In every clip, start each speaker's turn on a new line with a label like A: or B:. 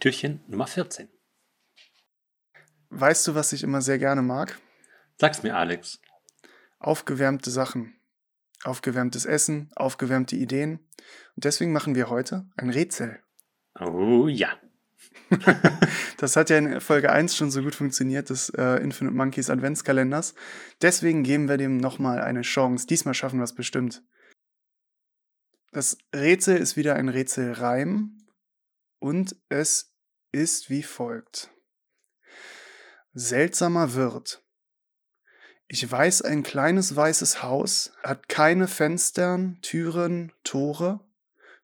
A: Türchen Nummer 14.
B: Weißt du, was ich immer sehr gerne mag?
A: Sag's mir, Alex.
B: Aufgewärmte Sachen. Aufgewärmtes Essen, aufgewärmte Ideen. Und deswegen machen wir heute ein Rätsel.
A: Oh ja.
B: Das hat ja in Folge 1 schon so gut funktioniert, des äh, Infinite Monkeys Adventskalenders. Deswegen geben wir dem nochmal eine Chance. Diesmal schaffen wir es bestimmt. Das Rätsel ist wieder ein Rätselreim und es ist wie folgt. Seltsamer Wirt. Ich weiß ein kleines weißes Haus, hat keine Fenstern, Türen, Tore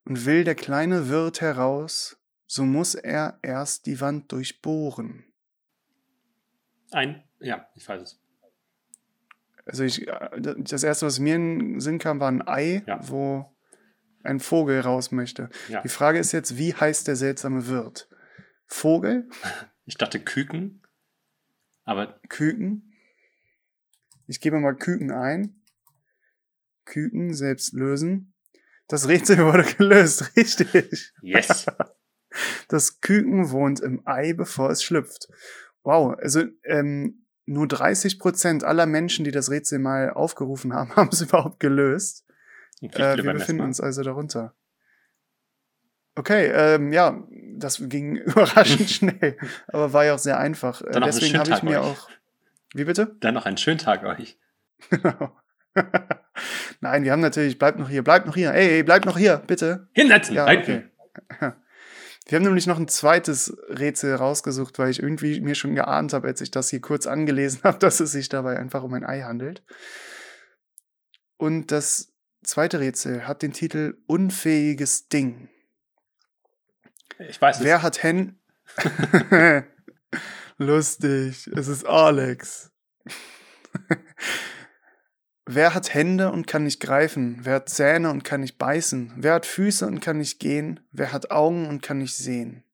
B: und will der kleine Wirt heraus, so muss er erst die Wand durchbohren.
A: Ein, ja, ich weiß es.
B: Also ich, das erste, was mir in den Sinn kam, war ein Ei,
A: Ja.
B: wo ein Vogel raus möchte.
A: Ja.
B: Die Frage ist jetzt, wie heißt der seltsame Wirt? Vogel?
A: Ich dachte Küken, aber
B: Küken? Ich gebe mal Küken ein. Küken selbst lösen. Das Rätsel wurde gelöst, richtig.
A: yes.
B: Das Küken wohnt im Ei, bevor es schlüpft. Wow, also ähm, nur 30 Prozent aller Menschen, die das Rätsel mal aufgerufen haben, haben es überhaupt gelöst.
A: Und wie
B: Äh,
A: viele
B: wir
A: beim
B: befinden uns
A: letzten
B: also darunter. Okay, ähm, ja, das ging überraschend schnell, aber war ja auch sehr einfach. Äh,
A: Dann noch einen
B: Deswegen
A: schönen
B: habe ich
A: Tag
B: mir
A: euch.
B: auch. Wie bitte?
A: Mal. Dann noch einen schönen Tag euch.
B: Nein, wir haben natürlich, bleibt noch hier, bleibt noch hier, ey, bleibt noch hier, bitte.
A: Hinsetzen!
B: Ja,
A: halten.
B: Wir haben nämlich noch ein zweites Rätsel rausgesucht, weil ich irgendwie mir schon geahnt habe, als ich das hier kurz angelesen habe, dass es sich dabei einfach um ein Ei handelt. Und das zweite Rätsel hat den Titel Unfähiges Ding.
A: Ich weiß es.
B: Wer hat Hän... Lustig, es ist Alex. Wer hat Hände und kann nicht greifen? Wer hat Zähne und kann nicht beißen? Wer hat Füße und kann nicht gehen? Wer hat Augen und kann nicht sehen?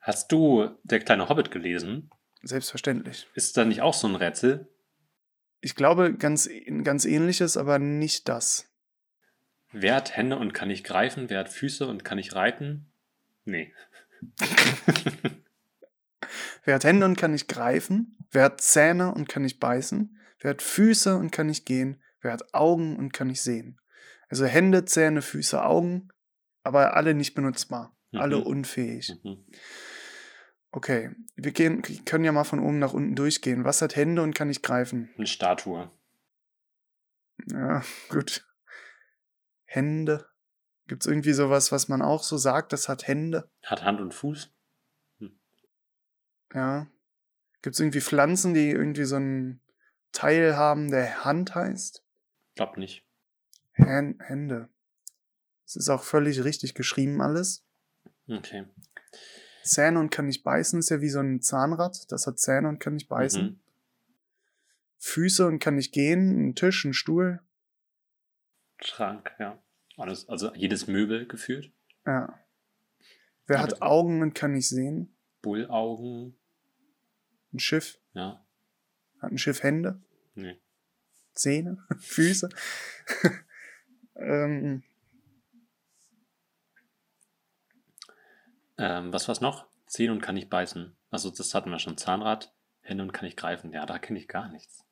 A: Hast du Der kleine Hobbit gelesen?
B: Selbstverständlich.
A: Ist da nicht auch so ein Rätsel?
B: Ich glaube, ganz, ganz ähnliches, aber nicht das.
A: Wer hat Hände und kann ich greifen? Wer hat Füße und kann ich reiten? Nee.
B: Wer hat Hände und kann nicht greifen? Wer hat Zähne und kann nicht beißen? Wer hat Füße und kann nicht gehen? Wer hat Augen und kann nicht sehen? Also Hände, Zähne, Füße, Augen, aber alle nicht benutzbar. Alle
A: Mhm.
B: unfähig.
A: Mhm.
B: Okay, wir gehen, können ja mal von oben nach unten durchgehen. Was hat Hände und kann nicht greifen?
A: Eine Statue.
B: Ja, gut. Hände. Gibt es irgendwie sowas, was man auch so sagt, das hat Hände?
A: Hat Hand und Fuß?
B: Ja. Gibt es irgendwie Pflanzen, die irgendwie so einen Teil haben, der Hand heißt?
A: Glaub nicht.
B: Hän Hände. Es ist auch völlig richtig geschrieben alles.
A: Okay.
B: Zähne und kann nicht beißen ist ja wie so ein Zahnrad. Das hat Zähne und kann nicht beißen.
A: Mhm.
B: Füße und kann nicht gehen. Ein Tisch, ein Stuhl.
A: Schrank, ja. Alles, also jedes Möbel gefühlt.
B: Ja. Wer
A: Ja,
B: hat
A: bitte.
B: Augen und kann nicht sehen?
A: Bullaugen,
B: Ein Schiff.
A: ja.
B: Hat ein Schiff Hände?
A: Nee.
B: Zähne? Füße? ähm,
A: Ähm, was war's noch? Zehen und kann ich beißen. Also das hatten wir schon. Zahnrad, Hände und kann ich greifen. Ja, da kenne ich gar nichts.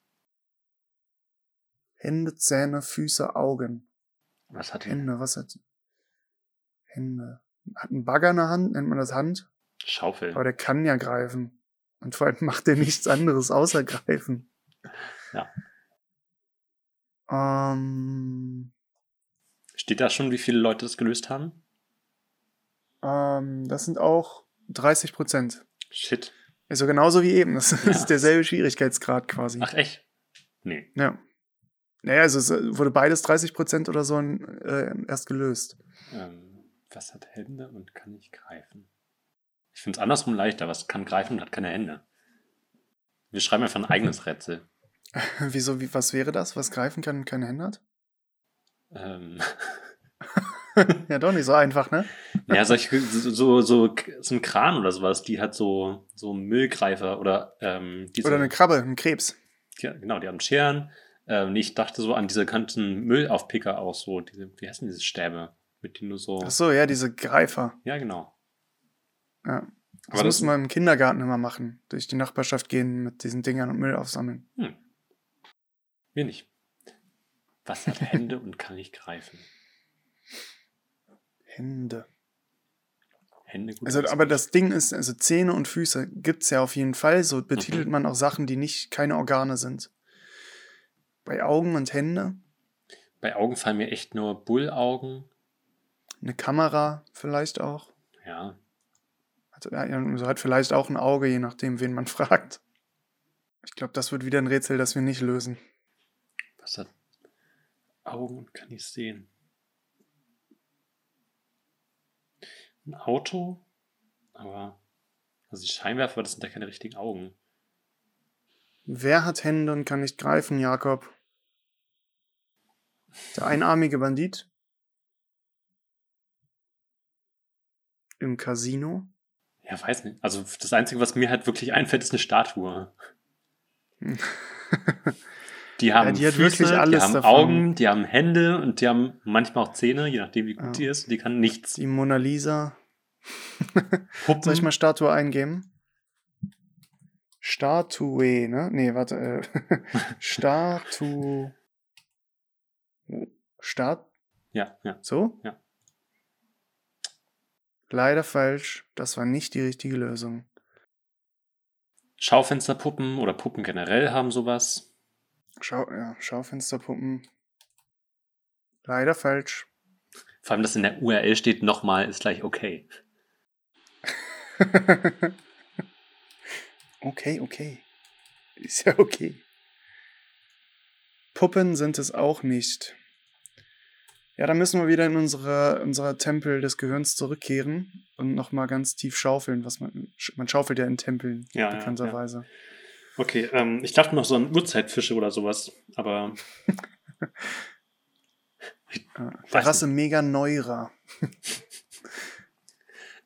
B: Hände, Zähne, Füße, Augen.
A: Was hat Hände?
B: Hände, was hat Hände? Hat ein Bagger eine Hand? Nennt man das Hand?
A: Schaufel.
B: Aber der kann ja greifen. Und vor allem macht er nichts anderes außer greifen.
A: Ja.
B: Ähm,
A: Steht da schon, wie viele Leute das gelöst haben?
B: ähm, das sind auch 30 Prozent.
A: Shit.
B: Also genauso wie eben. Das
A: Ja.
B: ist derselbe Schwierigkeitsgrad quasi.
A: Ach echt? Nee.
B: Ja. Naja, also es wurde beides 30 Prozent oder so äh, erst gelöst.
A: Ähm, was hat Hände und kann ich greifen? Ich finde es andersrum leichter. Was kann greifen und hat keine Hände? Wir schreiben einfach ein eigenes Rätsel.
B: Wieso, wie, was wäre das, was greifen kann und keine Hände hat?
A: Ähm,
B: Ja, doch nicht so einfach, ne?
A: ja, solche, so, so, so, so ein Kran oder sowas, die hat so, so Müllgreifer oder ähm, diese,
B: Oder eine Krabbe, ein Krebs.
A: Ja, genau, die haben Scheren. Ähm, nee, ich dachte so an diese ganzen Müllaufpicker auch so, Oh. diese, wie heißen diese Stäbe? Mit denen du so.
B: Ach so, ja, diese Greifer.
A: Ja, genau.
B: Ja. Das
A: Aber das-
B: müssen wir im Kindergarten immer machen. Durch die Nachbarschaft gehen mit diesen Dingern und Müll aufsammeln.
A: Wir nicht. Was hat Hände und kann nicht greifen?
B: Hände.
A: Hände gut.
B: Also,
A: als-
B: aber das Ding ist, also Zähne und Füße gibt's ja auf jeden Fall. So betitelt
A: Mhm.
B: man auch Sachen, die nicht keine Organe sind. Bei Augen und Hände,
A: Bei Augen fallen mir echt nur Bullaugen.
B: eine Kamera vielleicht auch.
A: Ja,
B: Also, ja, also hat vielleicht auch ein Auge, je nachdem, wen man fragt. Ich glaube, das wird wieder ein Rätsel, das wir nicht lösen.
A: was hat Augen und kann nicht sehen? Ein Auto, aber also die Scheinwerfer, das sind ja keine richtigen Augen.
B: Wer hat Hände und kann nicht greifen, Jakob? Der einarmige Bandit? Im Casino?
A: Ja, weiß nicht. Also das Einzige, was mir halt wirklich einfällt, ist eine Statue. Die haben
B: die hat
A: Füße,
B: wirklich alles
A: die haben
B: davon.
A: Augen, die haben Hände und die haben manchmal auch Zähne, je nachdem wie gut
B: Ja.
A: die ist. Die kann nichts.
B: Die Mona Lisa?
A: Puppen.
B: Soll ich mal Statue eingeben? Statue, ne? Nee, warte. Äh, Statu. Stat.
A: ja, ja.
B: So?
A: Ja.
B: Leider falsch. Das war nicht die richtige Lösung.
A: Schaufensterpuppen oder Puppen generell haben sowas.
B: Schau ja, Schaufensterpuppen. Leider falsch.
A: Vor allem, dass in der URL steht, nochmal ist gleich okay.
B: okay, okay. Ist ja okay. Puppen sind es auch nicht. Ja, da müssen wir wieder in unsere, unserer Tempel des Gehirns zurückkehren und nochmal ganz tief schaufeln, was man. Man schaufelt ja in Tempeln,
A: Ja, ja,
B: bekannterweise.
A: Okay, ähm, ich dachte noch so an Urzeitfische oder sowas, aber
B: Ja.
A: Weiß
B: Rasse mega neurer.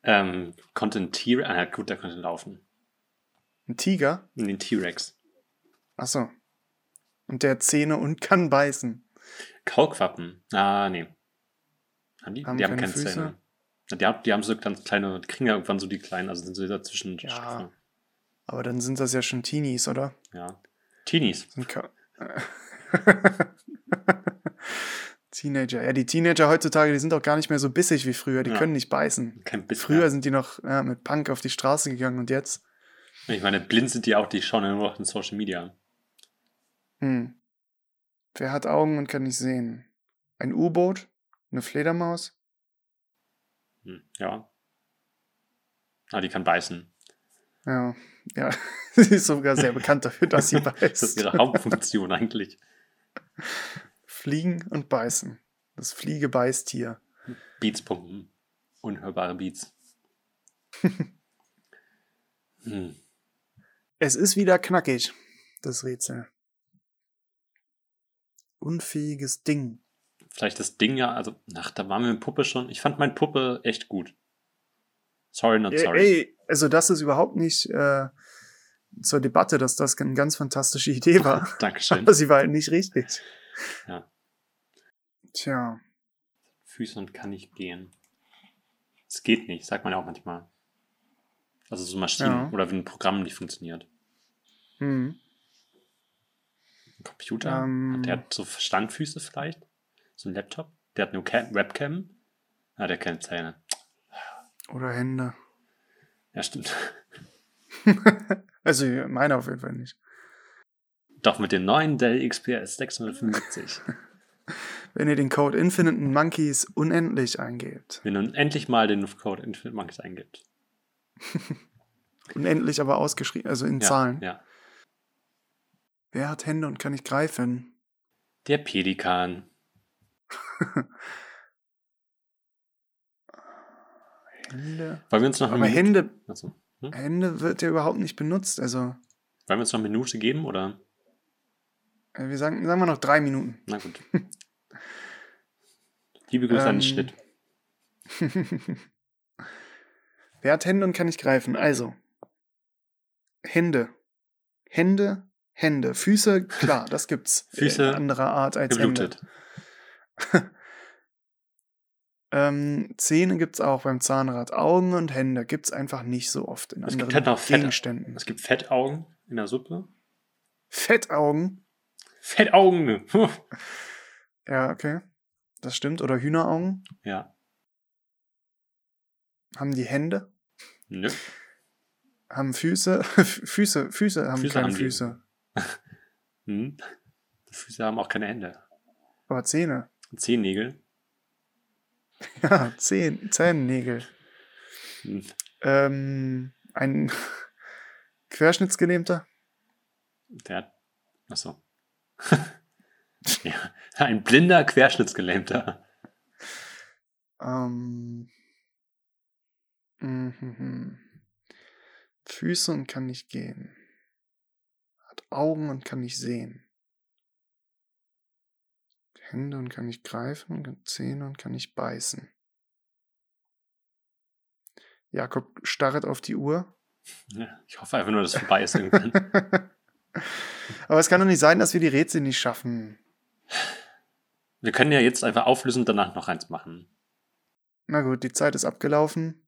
A: ähm, konnte ein T-Rex, ah, gut, der konnte laufen.
B: Ein Tiger?
A: In den T-Rex.
B: Achso. Und der hat Zähne und kann beißen.
A: Kaulquappen, ah, nee. Haben die?
B: Haben
A: die haben
B: keine
A: keine
B: Füße?
A: Zähne. Na, Die, haben- die haben so ganz kleine, die kriegen ja irgendwann so die kleinen, also sind so dazwischen.
B: Ja. Aber dann sind das ja schon Teenies, oder?
A: ja. Teenies.
B: Sind Ka Teenager. Ja, die Teenager heutzutage, die sind auch gar nicht mehr so bissig wie früher. Die
A: Ja.
B: können nicht beißen.
A: Kein bisschen.
B: Früher sind die noch ja, mit Punk auf die Straße gegangen und jetzt.
A: Ich meine, blind sind die auch, die schauen ja nur noch in Social Media.
B: Hm. Wer hat Augen und kann nicht sehen? Ein U-Boot? Eine Fledermaus?
A: Hm, ja. Ah, die kann beißen.
B: Ja, ja. sie ist sogar sehr bekannt dafür, dass sie
A: Das ist
B: beißt.
A: ihre Hauptfunktion eigentlich.
B: Fliegen und beißen. Das Fliege-Beißtier.
A: Beats pumpen. Unhörbare Beats. hm.
B: Es ist wieder knackig, das Rätsel. Unfähiges Ding.
A: Vielleicht das Ding ja, also, ach, da waren wir mit Puppe schon. Ich fand meine Puppe echt gut. Sorry, not
B: Ey,
A: sorry.
B: ey, also das ist überhaupt nicht äh, zur Debatte, dass das eine ganz fantastische Idee war.
A: Dankeschön.
B: Aber sie war halt nicht richtig.
A: Ja.
B: Tja,
A: Füße und kann nicht gehen. Es geht nicht, sagt man ja auch manchmal. Also so Maschinen
B: Ja.
A: oder wie ein Programm nicht funktioniert.
B: hm.
A: Ein Computer,
B: Ähm.
A: der hat so Standfüße vielleicht. So ein Laptop. Der hat nur Cam Webcam. Ah, der hat keine Zähne.
B: oder Hände.
A: Ja, stimmt.
B: Also meine auf jeden Fall nicht.
A: Doch mit dem neuen Dell XPS 675.
B: Wenn ihr den Code Infinite Monkeys unendlich eingebt,
A: Wenn nun endlich mal den Code Infinite Monkeys eingibt.
B: unendlich aber ausgeschrieben, also in
A: Ja,
B: Zahlen.
A: Ja.
B: Wer hat Hände und kann nicht greifen?
A: Der Pelikan.
B: Hände.
A: Wollen wir uns noch
B: Aber Hände,
A: Achso.
B: Hände wird ja überhaupt nicht benutzt. Also
A: Wollen wir uns noch eine Minute geben oder?
B: äh, wir sagen, sagen wir noch drei Minuten.
A: Na gut. Liebe Grüße an den
B: Ähm.
A: Schnitt.
B: Wer hat Hände und kann nicht greifen? Also. Hände. Hände, Hände. Füße, klar, das gibt's.
A: Füße
B: Äh, anderer Art als
A: Geblutet.
B: Hände. Ähm, Zähne gibt es auch beim Zahnrad. Augen und Hände gibt es einfach nicht so oft in
A: Es gibt
B: anderen
A: halt noch Fett-
B: Gegenständen.
A: Es gibt Fettaugen in der Suppe.
B: Fettaugen.
A: Fettaugen!
B: Ja, okay. Das stimmt. Oder Hühneraugen
A: ja.
B: haben die Hände,
A: Nö.
B: haben Füße. Füße, Füße haben
A: Füße
B: keine
A: haben die.
B: Füße.
A: Hm. Die Füße haben auch keine Hände.
B: Aber Zähne.
A: Zehennägel.
B: Ja, Zähn, Zähnennägel.
A: Hm.
B: Ähm, ein Querschnittsgelähmter.
A: Der hat. Achso. ja. Ein blinder Querschnittsgelähmter.
B: Ähm, mhm. Füße und kann nicht gehen. Hat Augen und kann nicht sehen. Hände und kann nicht greifen, und kann- Zähne und kann nicht beißen. Jakob starret auf die Uhr.
A: Ja. Ich hoffe einfach nur, dass es vorbei ist irgendwann.
B: Aber es kann doch nicht sein, dass wir die Rätsel nicht schaffen.
A: Wir können ja jetzt einfach auflösen und danach noch eins machen.
B: Na gut, die Zeit ist abgelaufen.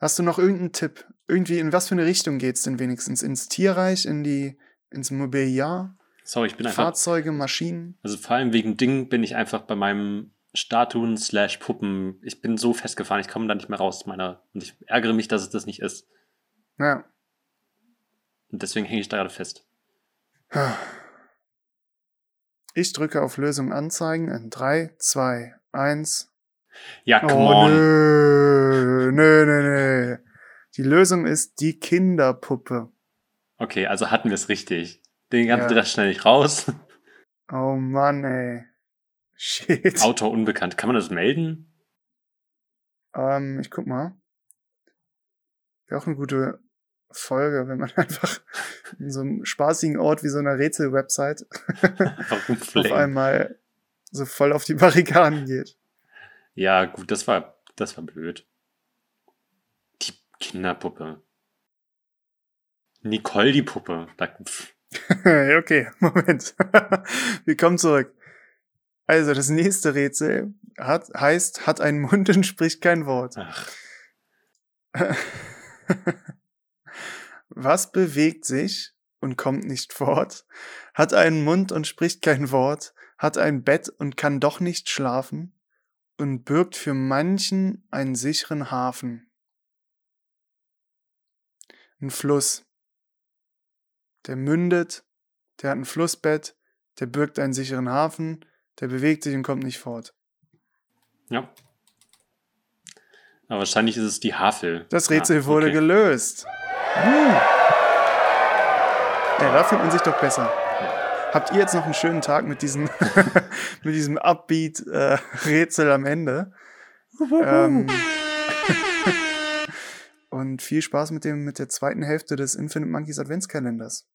B: Hast du noch irgendeinen Tipp? Irgendwie in was für eine Richtung geht's denn wenigstens? Ins Tierreich, in die, ins Mobiliar,
A: Sorry, ich bin einfach.
B: Fahrzeuge, Maschinen?
A: Also vor allem wegen Dingen bin ich einfach bei meinem Statuen slash Puppen. Ich bin so festgefahren, ich komme da nicht mehr raus aus meiner. Und ich ärgere mich, dass es das nicht ist.
B: Naja.
A: Und deswegen hänge ich da gerade fest.
B: Ich drücke auf Lösung anzeigen in 3, 2, 1.
A: Ja, come
B: Oh,
A: on.
B: nö, nö, nö, nö. Die Lösung ist die Kinderpuppe.
A: Okay, also hatten wir es richtig. Den ganzen
B: Ja.
A: Rest schnell nicht raus.
B: Oh Mann, ey. Shit.
A: Autor unbekannt. Kann man das melden?
B: Ähm, ich guck mal. Wäre auch eine gute Folge, wenn man einfach in so einem spaßigen Ort wie so einer Rätsel-Website
A: Warum
B: auf
A: flame?
B: einmal so voll auf die Barrikaden geht.
A: Ja, gut, das war, das war blöd. Die Kinderpuppe. Nicole die Puppe. Da, pff,
B: okay, Moment. Wir kommen zurück. Also, das nächste Rätsel hat, heißt, hat einen Mund und spricht kein Wort.
A: ach,
B: Was bewegt sich und kommt nicht fort, hat einen Mund und spricht kein Wort, hat ein Bett und kann doch nicht schlafen und birgt für manchen einen sicheren Hafen. Ein Fluss. Der mündet, der hat ein Flussbett, der birgt einen sicheren Hafen, der bewegt sich und kommt nicht fort.
A: ja. Aber wahrscheinlich ist es die Havel.
B: Das Rätsel
A: Ah,
B: wurde
A: okay.
B: gelöst. Hm. Ja, da fühlt man sich doch besser. Habt ihr jetzt noch einen schönen Tag mit diesem, mit diesem Upbeat-Rätsel am Ende? Ähm, und viel Spaß mit, dem, mit der zweiten Hälfte des Infinite Monkeys Adventskalenders.